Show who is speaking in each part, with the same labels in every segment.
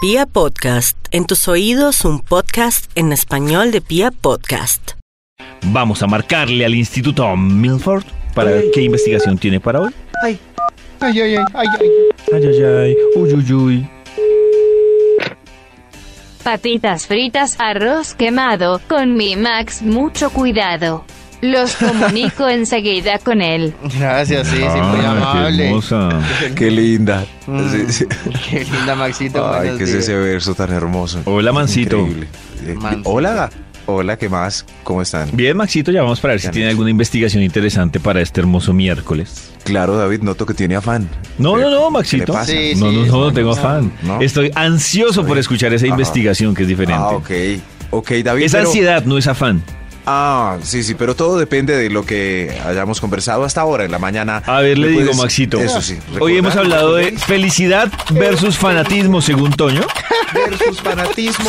Speaker 1: Pia Podcast, en tus oídos un podcast en español de Pia Podcast.
Speaker 2: Vamos a marcarle al Instituto Milford para ver qué investigación tiene para hoy.
Speaker 3: Ay, ay, ay, ay, ay, ay.
Speaker 2: Ay, ay, ay. Uy, uy, uy.
Speaker 4: Patitas fritas, arroz quemado, con mi Max mucho cuidado. Los comunico enseguida con él.
Speaker 3: Gracias, sí, sí, muy
Speaker 5: Ah,
Speaker 2: Ay, qué
Speaker 3: amable.
Speaker 2: hermosa.
Speaker 5: Qué linda.
Speaker 3: Mm.
Speaker 5: Sí, sí.
Speaker 3: Qué linda, Maxito.
Speaker 5: Ay,
Speaker 3: buenos
Speaker 5: qué es ese
Speaker 3: días.
Speaker 5: verso tan hermoso.
Speaker 2: Hola, Mancito.
Speaker 5: Increíble. Eh,
Speaker 3: Mancito.
Speaker 5: Hola, hola, ¿qué más? ¿Cómo están?
Speaker 2: Bien, Maxito, ya vamos para ver si tiene alguna investigación interesante para este hermoso miércoles.
Speaker 5: Claro, David, noto que tiene afán.
Speaker 2: No,
Speaker 5: Pero,
Speaker 2: no, no,
Speaker 5: ¿qué
Speaker 2: Maxito.
Speaker 5: le pasa?
Speaker 3: Sí,
Speaker 2: No, no,
Speaker 3: sí,
Speaker 2: no, no
Speaker 3: sí,
Speaker 2: tengo
Speaker 3: sí.
Speaker 2: afán.
Speaker 5: ¿No?
Speaker 2: Estoy ansioso por escuchar esa
Speaker 5: Ajá.
Speaker 2: investigación que es diferente.
Speaker 5: Ah, ok. Ok, David.
Speaker 2: Es
Speaker 5: pero-
Speaker 2: ansiedad, no es afán.
Speaker 5: Ah, sí, sí, pero todo depende de lo que hayamos conversado hasta ahora en la mañana.
Speaker 2: A ver, le
Speaker 5: ¿Me
Speaker 2: digo,
Speaker 5: puedes-
Speaker 2: Maxito.
Speaker 5: Eso sí.
Speaker 2: Hoy hemos
Speaker 5: recordar-
Speaker 2: hablado de felicidad versus fanatismo, según Toño.
Speaker 5: Versus fanatismo,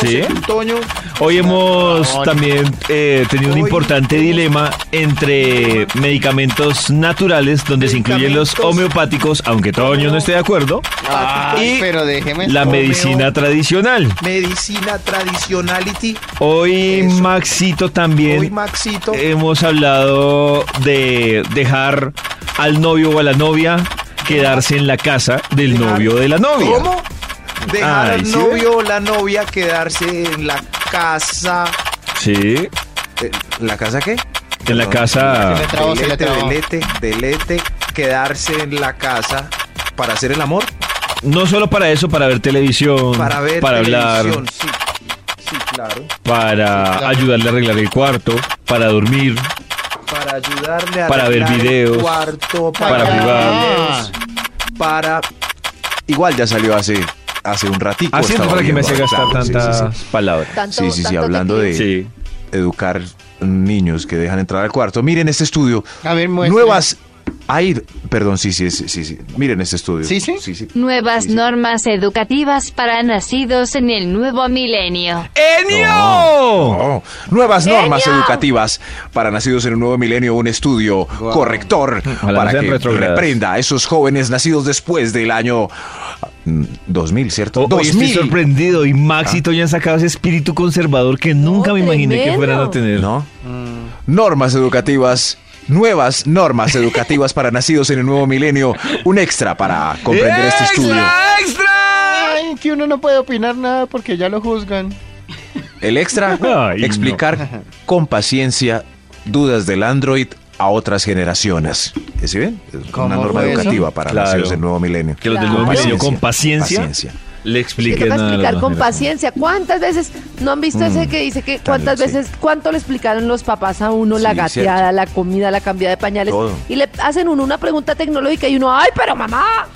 Speaker 2: Sí.
Speaker 5: según Toño.
Speaker 2: Hoy hemos
Speaker 3: Toño.
Speaker 2: también eh, tenido un
Speaker 5: Hoy-
Speaker 2: importante dilema entre medicamentos naturales, donde se incluyen los
Speaker 5: Medicamentos.
Speaker 2: homeopáticos, aunque Toño no esté de acuerdo,
Speaker 3: Ay,
Speaker 2: y
Speaker 3: pero déjeme.
Speaker 2: la medicina tradicional.
Speaker 5: Medicina tradicionality.
Speaker 2: Hoy
Speaker 5: Eso.
Speaker 2: Maxito también
Speaker 5: Hoy, Maxito.
Speaker 2: hemos hablado de dejar al novio o a la novia quedarse en la casa del
Speaker 5: Dejar-
Speaker 2: novio o de la novia.
Speaker 5: ¿Cómo? Dejar
Speaker 2: Ay,
Speaker 5: al
Speaker 2: ¿sí
Speaker 5: novio o la novia quedarse en la casa.
Speaker 2: Sí,
Speaker 5: Eh, ¿La casa qué?
Speaker 2: en la
Speaker 5: Perdón.
Speaker 2: casa...
Speaker 3: Se me trabó, se me
Speaker 5: Delete,
Speaker 3: trabó.
Speaker 5: delete, delete, quedarse en la casa para hacer el amor,
Speaker 2: No solo para eso, para ver televisión,
Speaker 5: para ver
Speaker 2: hablar,
Speaker 5: televisión. Sí, sí, claro.
Speaker 2: para
Speaker 3: Sí, claro.
Speaker 2: ayudarle a arreglar el cuarto, para dormir.
Speaker 5: Para ayudarle a
Speaker 2: Para ver
Speaker 5: arreglar el
Speaker 2: videos,
Speaker 5: cuarto,
Speaker 2: para
Speaker 5: ver
Speaker 2: privar.
Speaker 5: videos, para igual ya salió hace hace un ratito.
Speaker 2: Haciendo
Speaker 5: estaba
Speaker 2: para que me hace
Speaker 5: viendo,
Speaker 2: gastar
Speaker 5: claro, sí,
Speaker 2: tantas
Speaker 5: sí, sí.
Speaker 2: palabras.
Speaker 6: Tanto-
Speaker 5: Sí, sí, sí,
Speaker 6: tanto que
Speaker 5: hablando de-
Speaker 6: piden.
Speaker 2: Sí.
Speaker 5: educar niños que dejan entrar al cuarto. Miren este estudio.
Speaker 3: A ver, muestre.
Speaker 5: Nuevas. Ay, perdón, sí, sí, sí, sí, sí. Miren este estudio.
Speaker 3: ¿Sí, sí?
Speaker 5: sí, sí.
Speaker 4: Nuevas
Speaker 5: Sí, sí.
Speaker 4: normas educativas para nacidos en el nuevo milenio.
Speaker 2: ¡Enio!
Speaker 5: No. Nuevas normas educativas para nacidos en un nuevo milenio, un estudio corrector
Speaker 2: Ojalá no
Speaker 5: para
Speaker 2: sean
Speaker 5: que
Speaker 2: retrógradas.
Speaker 5: reprenda a esos jóvenes nacidos después del año mm, 2000, ¿cierto?
Speaker 2: O- Hoy estoy
Speaker 5: 2000.
Speaker 2: sorprendido y Max y Toño han sacado ese espíritu conservador que nunca me imaginé que
Speaker 6: tremendo.
Speaker 2: fueran a tener.
Speaker 5: ¿No?
Speaker 2: Mm.
Speaker 5: Normas educativas. Nuevas normas educativas para nacidos en el nuevo milenio. Un extra para comprender este estudio.
Speaker 2: ¡Extra!
Speaker 3: Ay, que uno no puede opinar nada porque ya lo juzgan.
Speaker 5: El extra,
Speaker 2: Ay, no.
Speaker 5: explicar con paciencia dudas del Android a otras generaciones. ¿Sí ven?
Speaker 3: ¿Cómo
Speaker 5: Una norma
Speaker 3: fue eso?
Speaker 5: educativa para
Speaker 2: Claro.
Speaker 5: nacidos del nuevo milenio.
Speaker 2: Que los del
Speaker 6: Claro.
Speaker 2: nuevo milenio con paciencia,
Speaker 5: Paciencia.
Speaker 2: le
Speaker 6: Que
Speaker 2: expliquen
Speaker 6: toca
Speaker 2: a las
Speaker 6: explicar con
Speaker 2: nuevas
Speaker 6: paciencia. ¿Cuántas veces no han visto ese que dice que cuántas
Speaker 5: también, Mm, sí.
Speaker 6: veces, cuánto le explicaron los papás a uno la
Speaker 5: Sí,
Speaker 6: gateada,
Speaker 5: cierto.
Speaker 6: la comida, la cambiada de pañales?
Speaker 5: Todo.
Speaker 6: Y le hacen uno una pregunta tecnológica y uno, ¡ay, pero mamá!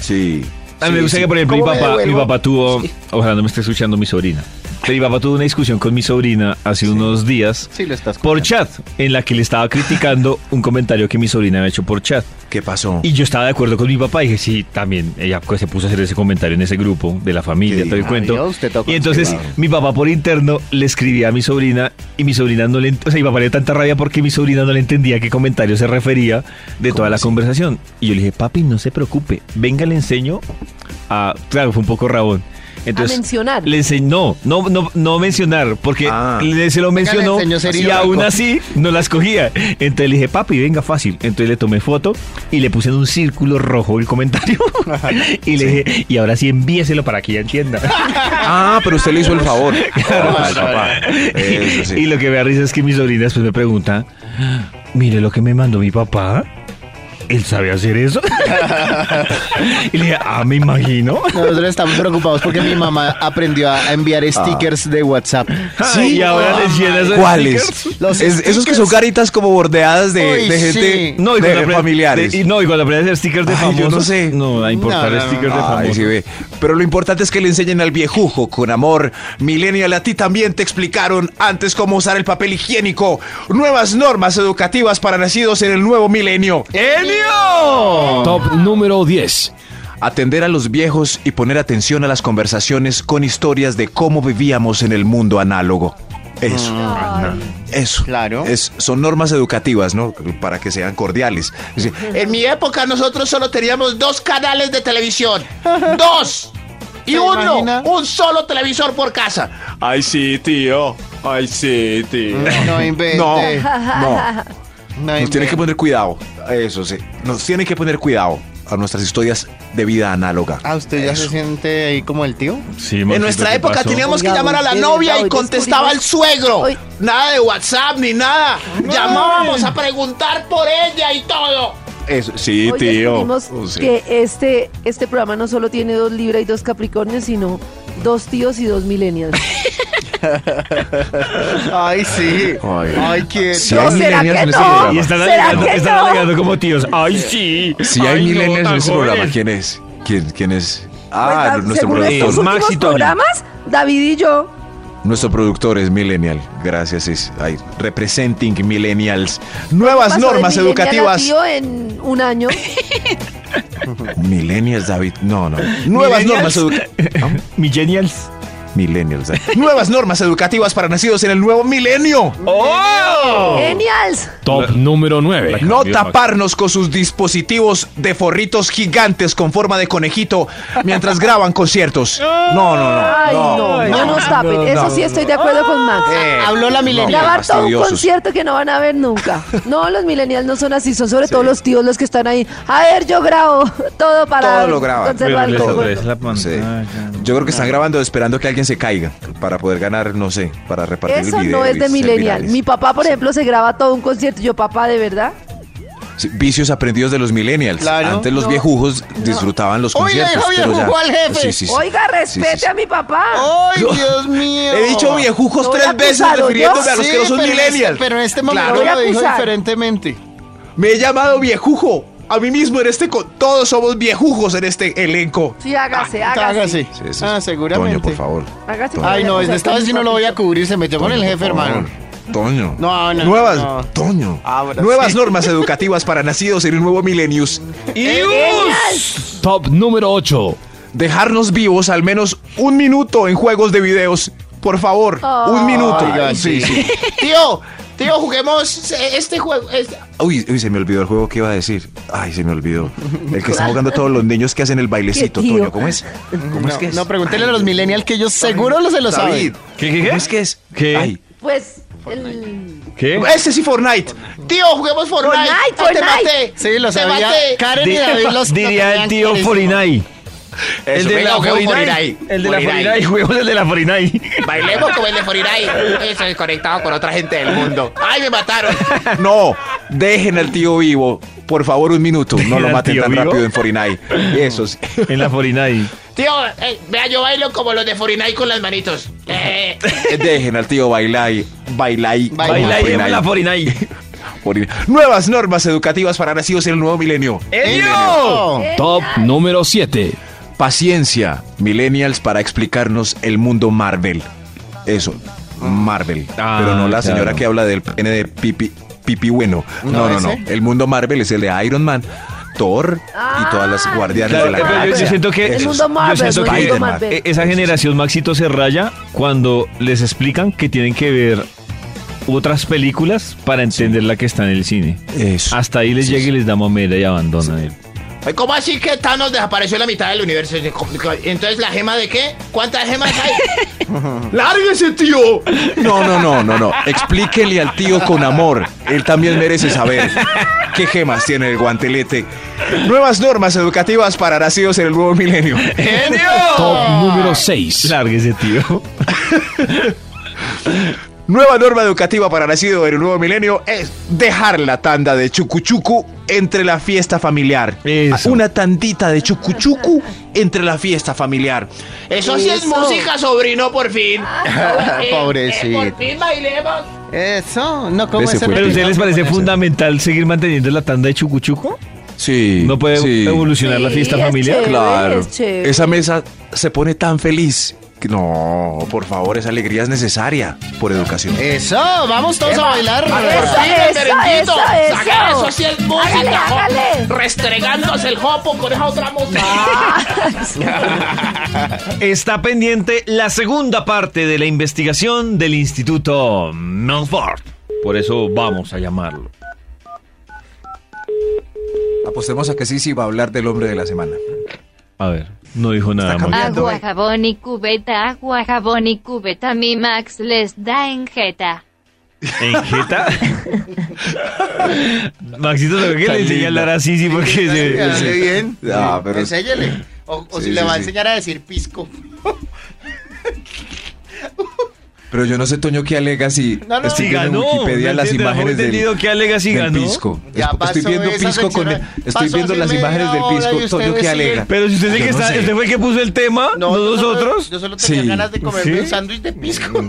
Speaker 5: Sí.
Speaker 2: A mí me
Speaker 5: Sí,
Speaker 2: gusta
Speaker 5: sí.
Speaker 2: que, por ejemplo, mi
Speaker 3: ¿Cómo me
Speaker 2: papá, mi
Speaker 3: devuelvo?
Speaker 2: papá tuvo, ojalá no me esté escuchando mi sobrina, pero mi papá tuvo una discusión con mi sobrina hace unos días
Speaker 3: Sí, lo estás.
Speaker 2: por chat, en la que le estaba criticando un comentario que mi sobrina había hecho por chat.
Speaker 5: ¿Qué pasó?
Speaker 2: Y yo estaba de acuerdo con mi papá y dije, sí, también. Ella pues, se puso a hacer ese comentario en ese grupo de la familia,
Speaker 5: Sí.
Speaker 2: todo el
Speaker 3: Ah,
Speaker 2: cuento.
Speaker 3: vio, usted tocó
Speaker 2: y
Speaker 3: el
Speaker 2: entonces
Speaker 3: teclado.
Speaker 2: mi papá por interno le escribía a mi sobrina y mi sobrina no le... ent- O sea, mi papá le dio tanta rabia porque mi sobrina no le entendía a qué comentario se refería de toda
Speaker 5: ¿Cómo
Speaker 2: la
Speaker 5: así?
Speaker 2: conversación. Y yo le dije, papi, no se preocupe, venga, le enseño a... Claro, fue un poco rabón. Entonces,
Speaker 6: mencionar.
Speaker 2: Le enseñó, no, no, no mencionar, porque
Speaker 5: Ah.
Speaker 2: le- se lo
Speaker 3: Venga, le
Speaker 2: mencionó
Speaker 3: enseñó ser
Speaker 2: y
Speaker 3: irónico.
Speaker 2: aún así no las cogía. Entonces le dije, papi, venga fácil. Entonces le tomé foto y le puse en un círculo rojo el comentario. y le dije, y ahora sí envíeselo para que ella entienda.
Speaker 5: Ah, pero usted le hizo el favor. Al Ah, papá. Eso sí.
Speaker 2: y lo que me da risa es que mi sobrina después me pregunta, mire lo que me mandó mi papá. ¿Él sabe hacer eso? y le dije, ah, me imagino.
Speaker 3: Nosotros estamos preocupados porque mi mamá aprendió a enviar stickers de WhatsApp.
Speaker 2: Sí, y ahora
Speaker 3: Ah.
Speaker 2: le llenas de
Speaker 5: ¿Cuáles?
Speaker 2: stickers.
Speaker 3: Los
Speaker 5: Es- esos que son
Speaker 3: stickers.
Speaker 5: caritas como bordeadas de,
Speaker 3: Uy,
Speaker 5: de
Speaker 3: sí.
Speaker 5: gente
Speaker 2: No, y
Speaker 5: de
Speaker 2: cuando aprende-
Speaker 5: familiares.
Speaker 2: de- y no, y cuando aprendes a hacer stickers de
Speaker 5: Ay,
Speaker 2: famosos.
Speaker 5: yo no sé.
Speaker 2: No, a importar
Speaker 3: No, no, no.
Speaker 2: stickers de
Speaker 5: Ay,
Speaker 2: famosos.
Speaker 5: sí ve. Pero lo importante es que le enseñen al viejujo con amor. Millennial, a ti también te explicaron antes cómo usar el papel higiénico. Nuevas normas educativas para nacidos en el nuevo milenio.
Speaker 2: ¡Elio!
Speaker 7: Top número 10.
Speaker 5: Atender a los viejos y poner atención a las conversaciones con historias de cómo vivíamos en el mundo análogo. Eso. Eso.
Speaker 3: Claro.
Speaker 5: Es- son normas educativas, ¿no? Para que sean cordiales. Dice, en mi época nosotros solo teníamos dos canales de televisión. ¡Dos! y
Speaker 3: ¿Te
Speaker 5: uno,
Speaker 3: imagina?
Speaker 5: un solo televisor por casa. Ay, sí, tío. Ay, sí, tío.
Speaker 3: No invente.
Speaker 5: No, no.
Speaker 3: No
Speaker 5: Nos tiene
Speaker 3: invente.
Speaker 5: que poner cuidado. Eso sí. Nos tiene que poner cuidado a nuestras historias de vida análoga.
Speaker 3: Ah, ¿usted ya se siente ahí como el tío?
Speaker 2: Sí, Maxito, ¿qué pasó?
Speaker 6: Oiga, don Pedro, ya hoy descubrimos-
Speaker 5: suegro.
Speaker 6: Hoy-
Speaker 5: Nada de WhatsApp ni nada. Llamábamos a preguntar por ella y todo. Eso, sí,
Speaker 6: Hoy
Speaker 5: tío.
Speaker 6: descubrimos
Speaker 5: Oh, sí.
Speaker 6: que este, este programa no solo tiene dos Libra y dos Capricornios, sino dos tíos y dos millennials.
Speaker 3: Ay, sí.
Speaker 5: Ay.
Speaker 3: Ay, qué.
Speaker 5: Sí,
Speaker 6: No,
Speaker 5: hay
Speaker 6: ¿será
Speaker 5: millennials
Speaker 6: que
Speaker 5: en ese
Speaker 6: no?
Speaker 5: programa.
Speaker 2: Y están
Speaker 6: ¿Será
Speaker 2: alegando,
Speaker 6: que
Speaker 2: están
Speaker 6: no?
Speaker 2: alegando como tíos. ¡Ay, sí!
Speaker 5: Si hay
Speaker 2: Ay, no,
Speaker 5: millennials
Speaker 2: tan
Speaker 5: en ese programa,
Speaker 2: jóvenes.
Speaker 5: ¿quién es? ¿Quién, quién es? Ah,
Speaker 6: Pues,
Speaker 5: nuestro
Speaker 6: según
Speaker 5: productor.
Speaker 6: estos últimos
Speaker 2: Max y Toño.
Speaker 6: programas, David y yo.
Speaker 5: Nuestro productor es Millennial. Gracias, es ay, Representing Millennials. Nuevas
Speaker 6: pasó de
Speaker 5: normas
Speaker 6: millennial a
Speaker 5: educativas.
Speaker 6: tío en un año.
Speaker 5: Millennials, David. No, no. Nuevas normas educativas.
Speaker 2: Millennials.
Speaker 5: Millennials. David. Nuevas normas educativas para nacidos en el nuevo milenio.
Speaker 2: ¡Oh!
Speaker 6: Genials.
Speaker 7: Top número 9.
Speaker 5: No taparnos con sus dispositivos de forritos gigantes con forma de conejito mientras graban conciertos. No, no, no.
Speaker 6: Ay, no, no, nos tapen. Eso sí estoy de acuerdo con Max.
Speaker 5: Eh,
Speaker 3: Habló la millennial.
Speaker 6: Grabar todo un
Speaker 5: fastidiosos.
Speaker 6: concierto que no van a ver nunca. No, los millennials no son así, son sobre todo los tíos los que están ahí. A ver, yo grabo todo para
Speaker 5: Todo lo graban.
Speaker 6: conservar el
Speaker 2: Pero les
Speaker 6: conjunto.
Speaker 2: atraviesa la
Speaker 5: Sí.
Speaker 2: pantalla.
Speaker 5: Yo creo que están grabando esperando que alguien se caiga para poder ganar, no sé, para repartir
Speaker 6: Eso
Speaker 5: el video.
Speaker 6: no es
Speaker 5: y
Speaker 6: de
Speaker 5: ser
Speaker 6: millennial.
Speaker 5: virales.
Speaker 6: Mi papá, por ejemplo, se graba todo un concierto. Yo, papá, ¿de verdad?
Speaker 5: Sí, Vicios aprendidos de los millennials.
Speaker 3: Claro.
Speaker 5: Antes los
Speaker 6: No,
Speaker 5: viejujos disfrutaban los
Speaker 3: Oiga,
Speaker 5: conciertos.
Speaker 3: dijo
Speaker 5: pero ya-
Speaker 3: viejujo al jefe.
Speaker 5: Sí, sí, sí.
Speaker 6: Oiga,
Speaker 5: Sí, sí,
Speaker 6: respete
Speaker 5: sí.
Speaker 6: a mi papá.
Speaker 8: Oh.
Speaker 3: Ay, Dios mío.
Speaker 5: He dicho viejujos
Speaker 6: No,
Speaker 5: tres
Speaker 6: ya
Speaker 5: veces
Speaker 6: acusaron,
Speaker 5: refiriéndome
Speaker 6: ¿no?
Speaker 5: a los que no son
Speaker 3: pero en este-
Speaker 5: millennials.
Speaker 3: pero en este momento
Speaker 5: Claro.
Speaker 3: lo dijo
Speaker 6: Acusar.
Speaker 3: diferentemente.
Speaker 5: Me he llamado viejujo. A mí mismo en este... co- Todos somos viejujos en este elenco.
Speaker 6: Sí, hágase, hágase.
Speaker 3: Hágase. Ah, seguramente.
Speaker 5: Toño, por favor.
Speaker 6: Hágase que
Speaker 3: Ay,
Speaker 6: voy a
Speaker 3: no,
Speaker 6: acusar
Speaker 3: desde esta vez
Speaker 6: con
Speaker 3: sí
Speaker 6: mi
Speaker 3: no lo voy a
Speaker 6: papito.
Speaker 3: cubrir. Se metió con el jefe, hermano.
Speaker 5: Toño.
Speaker 3: No, no,
Speaker 5: Nuevas.
Speaker 3: no.
Speaker 5: Toño.
Speaker 3: Ahora
Speaker 5: Nuevas
Speaker 3: sí.
Speaker 5: normas educativas para nacidos en el nuevo milenius.
Speaker 7: Top número 8.
Speaker 5: Dejarnos vivos al menos un minuto en juegos de videos. Por favor, un minuto.
Speaker 3: Oiga,
Speaker 5: Sí, sí.
Speaker 3: Tío, tío, juguemos este juego. este-
Speaker 5: Uy, uy, se me olvidó el juego que iba a decir. Ay, se me olvidó. El que están jugando todos los niños que hacen el bailecito,
Speaker 6: tío.
Speaker 5: Toño. ¿Cómo es? ¿Cómo es
Speaker 3: No,
Speaker 5: que es?
Speaker 3: no, pregúntele a los millennials que ellos seguro lo se lo saben.
Speaker 5: David.
Speaker 2: ¿Qué, qué, qué?
Speaker 5: ¿Cómo es que es?
Speaker 2: ¿Qué?
Speaker 5: Ay.
Speaker 6: Pues, el...
Speaker 2: ¿Qué?
Speaker 5: Ese sí, Fortnite.
Speaker 3: Tío, juguemos Fortnite.
Speaker 6: Fortnite,
Speaker 3: Ah, te
Speaker 6: Fortnite.
Speaker 3: maté. Sí, lo
Speaker 8: Te
Speaker 3: sabía.
Speaker 8: maté.
Speaker 3: Karen y
Speaker 2: Di-
Speaker 3: David los
Speaker 2: diría el tío Forinay.
Speaker 5: Eso,
Speaker 2: el de
Speaker 8: venga,
Speaker 2: la
Speaker 8: juego
Speaker 2: Forinay.
Speaker 8: Forinay.
Speaker 2: El de la
Speaker 8: Forinay.
Speaker 2: Forinay. Juegos el de la Forinay.
Speaker 8: Bailemos como el de Foriray. Eso es conectado con otra gente del mundo. ¡Ay, me mataron!
Speaker 5: No, dejen al tío vivo. Por favor, un minuto. No
Speaker 2: ¿Dejen
Speaker 5: lo
Speaker 2: al
Speaker 5: maten
Speaker 2: tío
Speaker 5: tan
Speaker 2: vivo?
Speaker 5: rápido en Fortnite. Eso sí.
Speaker 2: En la Forinay.
Speaker 8: Tío, eh, vea, yo bailo como los de Foriray con las manitos. Eh,
Speaker 5: Dejen al tío bailai, bailai,
Speaker 3: Bailai,
Speaker 2: Baila ahí en la
Speaker 5: Forinay.
Speaker 2: Forinay.
Speaker 5: Forinay. Nuevas normas educativas para nacidos en el nuevo milenio.
Speaker 2: Eh.
Speaker 3: ¡Tío!
Speaker 7: Top número 7.
Speaker 5: Paciencia, millennials, para explicarnos el mundo Marvel. Eso, Marvel.
Speaker 2: Ah,
Speaker 5: Pero no la señora
Speaker 2: claro.
Speaker 5: que habla del pene de pipi, pipi bueno. No, no,
Speaker 3: No,
Speaker 5: no,
Speaker 3: ese.
Speaker 5: El mundo Marvel es el de Iron Man, Thor y todas las guardianes de la
Speaker 2: Ah. Claro, pero yo, yo
Speaker 5: galaxia.
Speaker 2: siento que,
Speaker 5: Eso es.
Speaker 6: El mundo Marvel,
Speaker 2: yo siento
Speaker 6: no
Speaker 2: que
Speaker 6: el mundo
Speaker 5: Spider-Man.
Speaker 6: Marvel.
Speaker 2: e- esa generación Maxito se raya cuando les explican que tienen que ver otras películas para entender la que está en el cine.
Speaker 5: Eso.
Speaker 2: Hasta ahí les llega y les da mamera y abandonan. el-
Speaker 8: ¿Cómo así que Thanos desapareció en la mitad del universo? Entonces, ¿la gema de qué? ¿Cuántas gemas hay?
Speaker 5: ¡Lárguese, tío! No, no, no, no, no. Explíquenle al tío con amor. Él también merece saber qué gemas tiene el guantelete. Nuevas normas educativas para nacidos en el nuevo milenio.
Speaker 7: Top
Speaker 5: ¡Oh!
Speaker 7: número 6.
Speaker 2: Lárguese, tío.
Speaker 5: Nueva norma educativa para nacido en el nuevo milenio es dejar la tanda de chucuchucu entre la fiesta familiar.
Speaker 2: Eso.
Speaker 5: Una tandita de chucuchucu entre la fiesta familiar.
Speaker 8: Eso sí es
Speaker 6: Eso.
Speaker 8: música, sobrino, por fin. Eh, eh,
Speaker 3: Pobrecito.
Speaker 8: por fin bailemos.
Speaker 3: Eso, no, ¿cómo
Speaker 5: Ese
Speaker 3: es el
Speaker 5: fue
Speaker 2: ¿Pero a
Speaker 5: el
Speaker 2: ustedes
Speaker 5: tío.
Speaker 2: les parece fundamental seguir manteniendo la tanda de chucuchuco?
Speaker 5: Sí.
Speaker 2: ¿No puede
Speaker 5: sí.
Speaker 2: evolucionar la
Speaker 6: Sí,
Speaker 2: fiesta
Speaker 6: es
Speaker 2: familiar?
Speaker 6: chévere.
Speaker 5: Claro.
Speaker 6: es chévere.
Speaker 5: Esa mesa se pone tan feliz. que- No, por favor, esa alegría es necesaria por educación. Eh,
Speaker 3: Eso, vamos todos a bailar.
Speaker 6: Esa,
Speaker 8: Sigue Eh, el
Speaker 6: esa,
Speaker 8: merenguito.
Speaker 6: esa, esa.
Speaker 8: Saca eso sí es música.
Speaker 6: Hágale,
Speaker 8: jo-
Speaker 6: hágale.
Speaker 8: Restregándose el jopo con esa otra música.
Speaker 2: Está pendiente la segunda parte de la investigación del Instituto Milford. Por eso vamos a llamarlo.
Speaker 5: Apostemos a que sí, sí va a hablar del hombre de la semana.
Speaker 2: A ver. No dijo nada más.
Speaker 5: cambiando,
Speaker 4: Agua,
Speaker 5: eh.
Speaker 4: jabón y cubeta, agua, jabón y cubeta, mi Max les da en jeta.
Speaker 2: ¿En jeta? Maxito, ¿sabes que
Speaker 5: Tan
Speaker 2: le enseñé a
Speaker 5: linda.
Speaker 2: hablar así? Sí, porque se-
Speaker 8: Dale, dale bien.
Speaker 5: Ah, pero-
Speaker 8: Enséñele. O, o
Speaker 5: Sí,
Speaker 8: si le
Speaker 5: sí,
Speaker 8: va a
Speaker 5: sí.
Speaker 8: enseñar a decir pisco.
Speaker 5: Pero yo no sé, Toño, qué alega si
Speaker 8: No, no,
Speaker 5: estoy
Speaker 8: sí,
Speaker 5: viendo en Wikipedia las imágenes
Speaker 2: de
Speaker 5: del,
Speaker 2: entendido que Alega sí
Speaker 5: del
Speaker 2: ganó.
Speaker 5: pisco.
Speaker 8: Ya
Speaker 5: Es- estoy
Speaker 8: pasó
Speaker 5: viendo
Speaker 8: esa
Speaker 5: pisco con...
Speaker 8: sección,
Speaker 5: Estoy
Speaker 8: pasó
Speaker 5: viendo
Speaker 8: hace
Speaker 5: las
Speaker 8: media
Speaker 5: imágenes del
Speaker 8: hora y
Speaker 5: pisco,
Speaker 8: usted
Speaker 5: Toño,
Speaker 8: sigue-
Speaker 5: qué alega.
Speaker 2: Pero si usted dice
Speaker 5: Yo
Speaker 2: que
Speaker 5: no
Speaker 2: está,
Speaker 5: sé.
Speaker 2: usted fue el que puso el tema, no,
Speaker 8: yo solo-
Speaker 2: nosotros.
Speaker 8: Yo solo tenía
Speaker 5: Sí.
Speaker 8: ganas de comerme
Speaker 2: ¿Sí?
Speaker 8: un sándwich de pisco.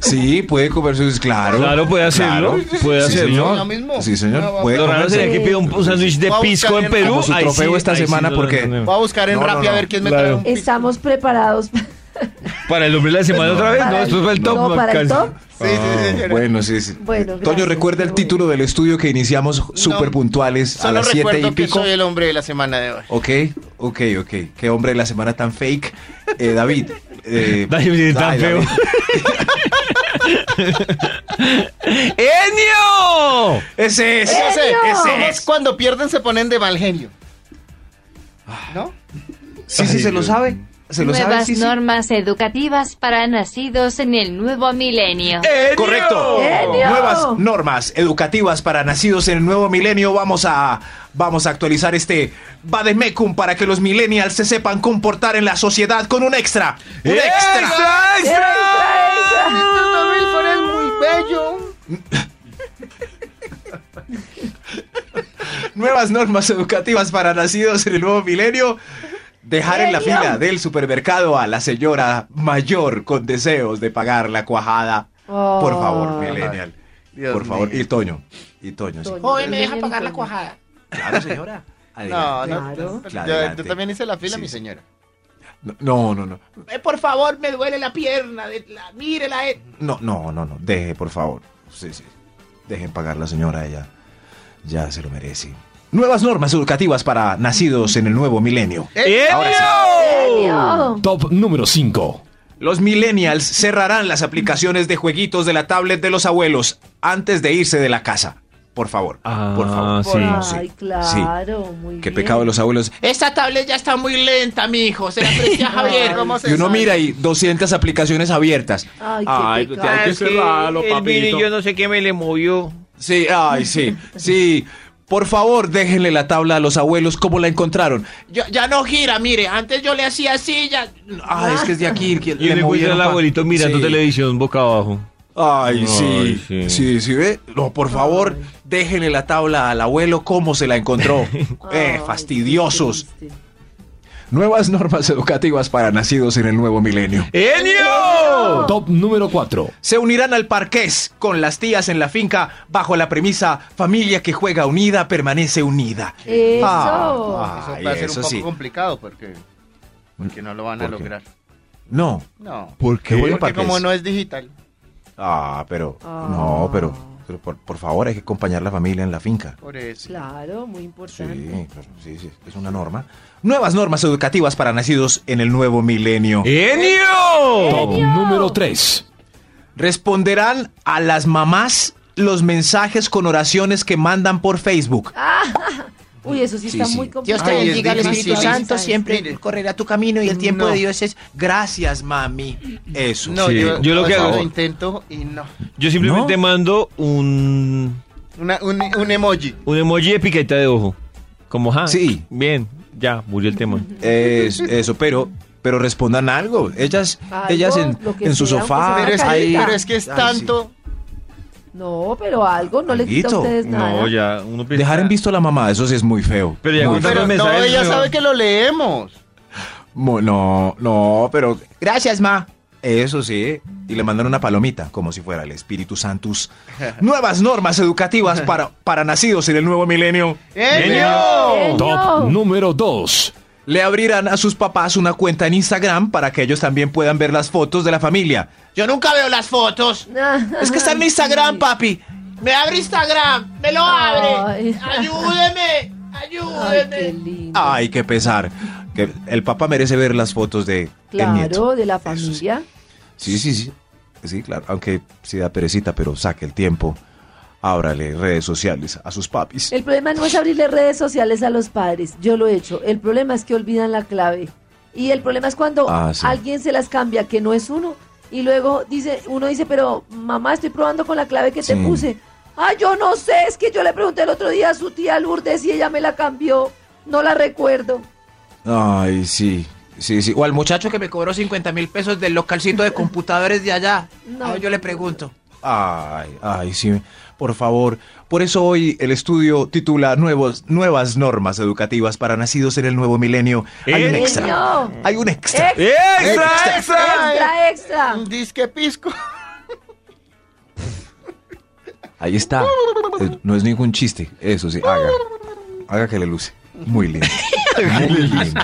Speaker 5: Sí, puede comerse, sus- claro.
Speaker 2: Claro, puede hacerlo, puede
Speaker 5: sí,
Speaker 2: hacerlo.
Speaker 5: Señor.
Speaker 8: Lo mismo.
Speaker 5: Sí,
Speaker 8: No,
Speaker 5: señor.
Speaker 8: va-
Speaker 5: Puede
Speaker 2: Lo raro
Speaker 5: comerse.
Speaker 2: sería que pida un, un sándwich de
Speaker 8: Voy a
Speaker 2: pisco
Speaker 8: buscar
Speaker 2: en
Speaker 8: en-
Speaker 2: Perú.
Speaker 5: como su
Speaker 2: Ahí
Speaker 5: trofeo esta
Speaker 2: ahí
Speaker 5: semana,
Speaker 2: lo
Speaker 5: porque-
Speaker 2: entendemos.
Speaker 8: Voy a buscar en
Speaker 5: No, no,
Speaker 8: Rappi a
Speaker 5: no.
Speaker 8: ver quién me
Speaker 2: Claro.
Speaker 8: trae un pisco.
Speaker 6: Estamos preparados
Speaker 2: Para el hombre de la semana otra vez, no,
Speaker 6: para
Speaker 2: esto es para el
Speaker 6: el-
Speaker 2: top.
Speaker 6: no, para el
Speaker 2: alcanza.
Speaker 6: top.
Speaker 8: Sí, sí, señora.
Speaker 5: Bueno, sí, sí.
Speaker 6: Bueno,
Speaker 5: Toño,
Speaker 6: gracias,
Speaker 5: ¿recuerda el
Speaker 6: muy
Speaker 5: título del estudio que iniciamos súper puntuales a
Speaker 8: Solo
Speaker 5: las siete y
Speaker 8: recuerdo que
Speaker 5: pico?
Speaker 8: soy el hombre de la semana de hoy.
Speaker 5: Ok, ok, ok. Qué hombre de la semana tan fake. Eh, David. eh,
Speaker 2: David, es tan
Speaker 5: ay,
Speaker 2: feo.
Speaker 5: David.
Speaker 2: ¡Enio!
Speaker 5: Ese es.
Speaker 8: Ese, ese es cuando pierden se ponen de mal genio. ¿No?
Speaker 5: Sí, sí, se lo sabe. Se lo sabe,
Speaker 4: Nuevas
Speaker 5: sí, sí.
Speaker 4: normas educativas para nacidos en el nuevo milenio.
Speaker 5: ¡Eh! Correcto.
Speaker 6: ¡Genio!
Speaker 5: Nuevas normas educativas para nacidos en el nuevo milenio. Vamos a, vamos a actualizar este Bademecum para que los millennials se sepan comportar en la sociedad con un extra. ¡Un extra!
Speaker 8: es muy bello.
Speaker 5: Nuevas normas educativas para nacidos en el nuevo milenio. Dejar en la fila del supermercado a la señora mayor con deseos de pagar la cuajada. Por favor,
Speaker 6: Ay,
Speaker 5: millennial.
Speaker 8: Oh. Dios
Speaker 5: Por favor.
Speaker 8: mío.
Speaker 5: Y Toño. Y Toño. sí.
Speaker 6: Toño.
Speaker 8: Hoy me deja pagar la cuajada.
Speaker 5: Claro, señora.
Speaker 8: No,
Speaker 5: Adelante.
Speaker 8: no.
Speaker 6: Claro.
Speaker 8: yo- Yo,
Speaker 5: Adelante.
Speaker 8: también hice la fila,
Speaker 5: Sí,
Speaker 8: mi
Speaker 5: sí.
Speaker 8: señora.
Speaker 5: No, no, no.
Speaker 8: Eh, por favor, me duele la pierna. de la- mírela. eh.
Speaker 5: No, no, no, no. Deje, por favor. Sí, sí. Dejen pagar la señora, ella. Ya se lo merece. Nuevas normas educativas para nacidos en el nuevo milenio. Ahora sí.
Speaker 6: ¡Genio!
Speaker 7: Top número 5.
Speaker 5: Los millennials cerrarán las aplicaciones de jueguitos de la tablet de los abuelos antes de irse de la casa. Por favor.
Speaker 2: Ah,
Speaker 5: por favor.
Speaker 2: sí.
Speaker 6: Ay,
Speaker 5: sí,
Speaker 6: claro, muy bien.
Speaker 5: Qué pecado Eh, de los abuelos.
Speaker 8: Esta tablet ya está muy lenta, mi hijo. Se la presté a Javier. ¿Cómo se
Speaker 5: Y uno
Speaker 8: sabe?
Speaker 5: mira y 200 aplicaciones abiertas.
Speaker 6: Ay, qué pecado.
Speaker 5: hay que cerrarlo, papito.
Speaker 2: no sé qué me le movió.
Speaker 5: Sí, ay, sí, sí. Por favor, déjenle la tabla a los abuelos como la encontraron.
Speaker 8: Yo- ya no gira, mire. Antes yo le hacía así. Ya...
Speaker 5: Ah, es que es de aquí. que
Speaker 2: Y le encuentra
Speaker 5: movieron
Speaker 2: al
Speaker 5: pa-
Speaker 2: abuelito mirando
Speaker 5: Sí.
Speaker 2: televisión boca abajo.
Speaker 5: Ay, sí.
Speaker 2: Ay, sí.
Speaker 5: sí. Sí, ve. No, por favor, déjenle la tabla al abuelo como se la encontró. eh,
Speaker 6: Ay,
Speaker 5: fastidiosos.
Speaker 6: qué triste.
Speaker 5: Nuevas normas educativas para nacidos en el nuevo milenio.
Speaker 2: ¡Enio!
Speaker 7: Top número 4.
Speaker 5: Se unirán al parqués con las tías en la finca bajo la premisa familia que juega unida permanece unida.
Speaker 6: Eso.
Speaker 5: Ah,
Speaker 8: Eso
Speaker 5: ay,
Speaker 8: va a ser un
Speaker 5: eso
Speaker 8: poco
Speaker 5: sí.
Speaker 8: complicado porque, porque no lo van a
Speaker 5: ¿Por qué?
Speaker 8: lograr.
Speaker 5: No.
Speaker 8: No.
Speaker 5: ¿Por qué?
Speaker 8: Porque como no es digital.
Speaker 5: Ah, pero.
Speaker 6: Ah.
Speaker 5: No, pero. pero por, por favor, hay que acompañar a la familia en la finca.
Speaker 8: Por eso.
Speaker 6: Claro, muy
Speaker 5: Sí,
Speaker 6: importante.
Speaker 5: claro, sí, sí, es una norma. Nuevas normas educativas para nacidos en el nuevo milenio.
Speaker 2: ¡Enio!
Speaker 7: Top número 3.
Speaker 5: Responderán a las mamás los mensajes con oraciones que mandan por Facebook.
Speaker 9: Ah,
Speaker 6: Uy, eso sí,
Speaker 5: Sí,
Speaker 6: está
Speaker 5: sí.
Speaker 6: muy
Speaker 9: Dios
Speaker 6: complicado.
Speaker 9: te
Speaker 5: Ay, es
Speaker 9: bendiga, el
Speaker 5: difícil.
Speaker 9: Espíritu Santo
Speaker 6: Mensajes.
Speaker 9: siempre
Speaker 8: Mire.
Speaker 9: correrá tu camino y el tiempo
Speaker 8: No.
Speaker 9: de Dios es
Speaker 5: Gracias, mami. Eso.
Speaker 8: No,
Speaker 2: Sí.
Speaker 8: yo,
Speaker 2: Yo lo que
Speaker 8: eso
Speaker 2: hago-
Speaker 8: intento y no.
Speaker 2: Yo simplemente
Speaker 5: ¿No?
Speaker 2: mando un,
Speaker 8: Una- un, un emoji.
Speaker 2: un emoji de picadita de ojo. Como, ja,
Speaker 5: Sí.
Speaker 2: bien, ya, murió el tema.
Speaker 5: Es- eso, pero, pero respondan algo. Ellas,
Speaker 6: Algo,
Speaker 5: ellas en,
Speaker 6: lo que
Speaker 5: en su
Speaker 6: sea,
Speaker 5: sofá.
Speaker 6: aunque
Speaker 8: Pero es,
Speaker 6: sea una
Speaker 5: Ah, ahí-
Speaker 6: carita.
Speaker 8: pero es que es
Speaker 5: Ay, sí.
Speaker 8: tanto.
Speaker 6: No, pero algo, no le quita a
Speaker 5: Amiguito.
Speaker 7: Pues
Speaker 6: ustedes nada.
Speaker 2: No, ya, uno piensa-
Speaker 5: Dejar en visto a la mamá, eso sí es muy feo.
Speaker 2: Pero ya
Speaker 5: Muy
Speaker 2: cuando
Speaker 5: feo.
Speaker 8: Pero
Speaker 2: los
Speaker 8: no,
Speaker 2: mensajes
Speaker 8: ella
Speaker 2: nuevos.
Speaker 8: sabe que lo leemos.
Speaker 5: Mo- No, no, pero. Gracias, ma. Eso sí. Y le mandan una palomita, como si fuera el Espíritu Santus. Nuevas normas educativas para, para nacidos en el nuevo milenio.
Speaker 8: Eh. ¡Genio!
Speaker 7: Top número 2.
Speaker 5: Le abrirán a sus papás una cuenta en Instagram para que ellos también puedan ver las fotos de la familia.
Speaker 8: Yo nunca veo las fotos.
Speaker 5: Es que está en Instagram, papi.
Speaker 8: Me abre Instagram. Me lo
Speaker 6: Ay.
Speaker 8: abre. Ayúdeme.
Speaker 6: Ay, qué
Speaker 8: Ayúdeme.
Speaker 6: lindo.
Speaker 5: Ay, qué pesar. Que el papá merece ver las fotos de el nieto.
Speaker 6: claro, de la
Speaker 5: Eso sí.
Speaker 6: familia.
Speaker 5: Sí, sí, sí. Sí, claro. Aunque sí da perecita, pero saque el tiempo. ábrale redes sociales a sus papis.
Speaker 6: El problema no es abrirle redes sociales a los padres, yo lo he hecho. El problema es que olvidan la clave. Y el problema es cuando
Speaker 5: Ah, sí.
Speaker 6: alguien se las cambia, que no es uno. Y luego dice, uno dice, pero mamá, estoy probando con la clave que te
Speaker 5: Sí.
Speaker 6: puse. Ah, yo no sé, es que yo le pregunté el otro día a su tía Lourdes y ella me la cambió. No la recuerdo.
Speaker 5: Ay, sí, sí, sí.
Speaker 9: O al muchacho que me cobró 50 mil pesos del localcito de computadores de allá.
Speaker 6: No.
Speaker 9: Ah, yo le pregunto.
Speaker 5: Ay, ay, sí, por favor. Por eso hoy el estudio titula Nuevos, Nuevas normas educativas para nacidos en el nuevo milenio. Hay un
Speaker 2: ¡Eh!
Speaker 5: extra.
Speaker 6: ¡Niño!
Speaker 5: Hay un extra.
Speaker 6: Extra,
Speaker 2: ¡Extra, extra!
Speaker 5: eh.
Speaker 6: extra, extra.
Speaker 8: Un disque pisco.
Speaker 5: Ahí está. Eh, No es ningún chiste. Eso sí, haga. Haga que le luce. Muy lindo. Muy lindo.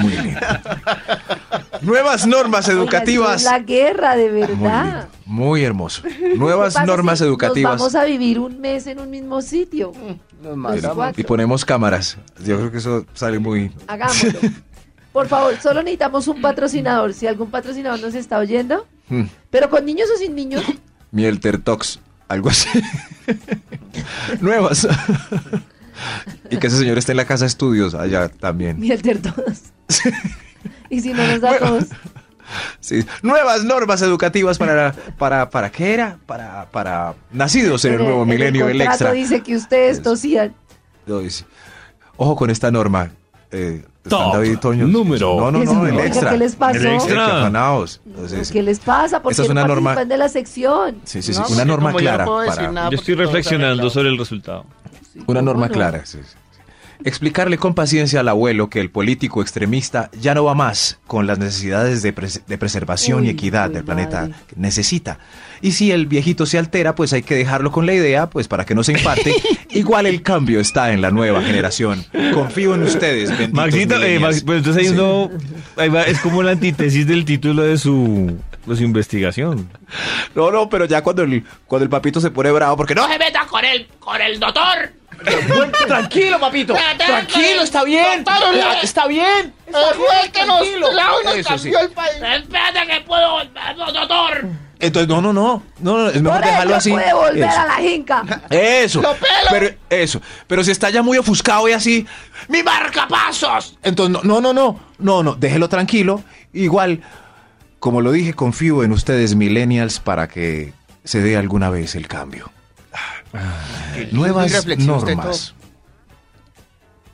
Speaker 5: Muy lindo. Nuevas normas
Speaker 6: Oiga,
Speaker 5: educativas. Ah,
Speaker 6: esto es la guerra, de
Speaker 5: Muy
Speaker 6: verdad.
Speaker 5: lindo. Muy hermoso.
Speaker 6: ¿Qué
Speaker 5: Nuevas
Speaker 6: pasa
Speaker 5: normas
Speaker 6: si
Speaker 5: educativas.
Speaker 6: Nos vamos a vivir un mes en un mismo sitio.
Speaker 3: Mm, Nos
Speaker 5: Pero-
Speaker 3: matamos.
Speaker 6: cuatro.
Speaker 5: y ponemos cámaras. Yo creo que eso sale muy.
Speaker 6: Hagámoslo. Por favor, solo necesitamos un patrocinador. Si algún patrocinador nos está oyendo,
Speaker 5: Mm.
Speaker 6: pero con niños o sin niños,
Speaker 5: Mielter Tox, algo así. Nuevas. y que ese señor esté en la casa de estudios allá también.
Speaker 6: mielter todos. y si no nos da todos,
Speaker 5: Sí. Nuevas normas educativas para, para, para ¿qué era? Para, para nacidos en el nuevo milenio, el,
Speaker 6: contrato
Speaker 5: extra.
Speaker 6: dice que ustedes
Speaker 5: Eso.
Speaker 6: tosían.
Speaker 5: Lo dice. Ojo con esta norma. Eh, están
Speaker 7: Top
Speaker 5: David y Toño.
Speaker 7: número
Speaker 5: No, no, no, el
Speaker 6: Oiga,
Speaker 5: extra.
Speaker 6: ¿Qué les pasó?
Speaker 2: El
Speaker 5: Eh, que
Speaker 2: extra.
Speaker 5: afanaos. Entonces,
Speaker 6: Pues, ¿Qué les pasa? ¿Por
Speaker 5: Esa
Speaker 6: qué
Speaker 5: es una
Speaker 6: no
Speaker 5: norma-
Speaker 6: participan de la sección?
Speaker 5: sí, sí, sí, una
Speaker 8: No, porque
Speaker 5: norma
Speaker 8: como yo no
Speaker 5: clara.
Speaker 8: puedo decir
Speaker 5: para-
Speaker 8: nada,
Speaker 2: Yo estoy
Speaker 8: porque todo está
Speaker 2: reflexionando
Speaker 8: arreglado.
Speaker 2: sobre el resultado.
Speaker 5: Una norma
Speaker 6: no?
Speaker 5: clara. sí, sí, sí. Explicarle con paciencia al abuelo que el político extremista ya no va más con las necesidades de, pres- de preservación
Speaker 6: Uy,
Speaker 5: y equidad
Speaker 6: uy,
Speaker 5: del planeta
Speaker 6: madre.
Speaker 5: que necesita. Y si el viejito se altera, pues hay que dejarlo con la idea, pues para que no se imparte. Igual el cambio está en la nueva generación. Confío en ustedes. benditos
Speaker 2: Maxito, eh,
Speaker 5: millennials.
Speaker 2: Max- pues entonces ahí
Speaker 5: Sí.
Speaker 2: uno- ahí va, es como la antítesis del título de su, de su investigación.
Speaker 5: No, no, pero ya cuando el, cuando el papito se pone bravo, porque no,
Speaker 9: ¡No se meta con el, con el doctor! Tranquilo, papito. Tranquilo, está bien. Está bien.
Speaker 8: Eh, fue que nos, la ONU
Speaker 5: Eso sí.
Speaker 8: cambió el país.
Speaker 9: Espérate que puedo, doctor.
Speaker 5: entonces no, no, no, no, no, es mejor
Speaker 6: Por
Speaker 5: dejarlo
Speaker 6: eso
Speaker 5: así.
Speaker 6: puede volver
Speaker 5: Eso.
Speaker 6: a la jinca.
Speaker 5: Eso.
Speaker 8: ¡Lo pelo!
Speaker 5: Pero eso. Pero si está ya muy ofuscado y así,
Speaker 9: ¡Mi marcapasos!
Speaker 5: entonces no, no, no, no, no, no, déjelo tranquilo. Igual, como lo dije, confío en ustedes millennials para que se dé alguna vez el cambio. Nuevas
Speaker 8: reflexivo usted
Speaker 5: normas.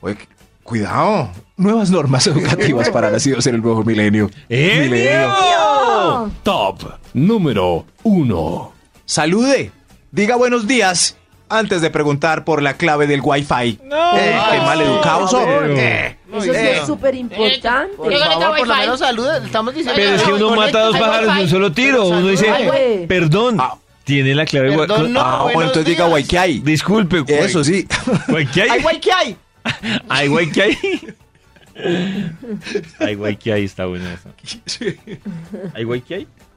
Speaker 5: Oye, cu- cuidado. Nuevas normas educativas para nacidos en el nuevo milenio.
Speaker 2: ¡Eh,
Speaker 6: No.
Speaker 7: Top número 1.
Speaker 5: Salude. Diga buenos días antes de preguntar por la clave del wifi. Eh, qué mal educados son.
Speaker 2: Pero-
Speaker 5: Eh.
Speaker 6: Eso sí es súper
Speaker 8: Por
Speaker 6: importante.
Speaker 9: Yo conectado
Speaker 8: favor, por lo
Speaker 9: Wi-Fi.
Speaker 8: menos saluda. Estamos diciendo.
Speaker 2: Pero es que uno
Speaker 8: Conecta
Speaker 2: mata dos
Speaker 8: al
Speaker 2: pájaros de
Speaker 8: Wi-Fi.
Speaker 2: un solo tiro. Uno dice,
Speaker 6: güey.
Speaker 2: perdón,
Speaker 5: Ah.
Speaker 2: tiene la clave.
Speaker 8: Perdón,
Speaker 2: guay-
Speaker 8: no.
Speaker 5: Ah,
Speaker 8: buenos
Speaker 5: bueno, entonces diga
Speaker 8: días.
Speaker 5: guay que hay.
Speaker 2: Disculpe, güey.
Speaker 5: Eso sí.
Speaker 2: Güey, ¿qué hay?
Speaker 8: Ay, guay, ¿qué hay?
Speaker 2: Ay, güey, ¿qué hay? Ay, güey, ¿qué hay? Está bueno eso. Ay, güey, ¿qué hay?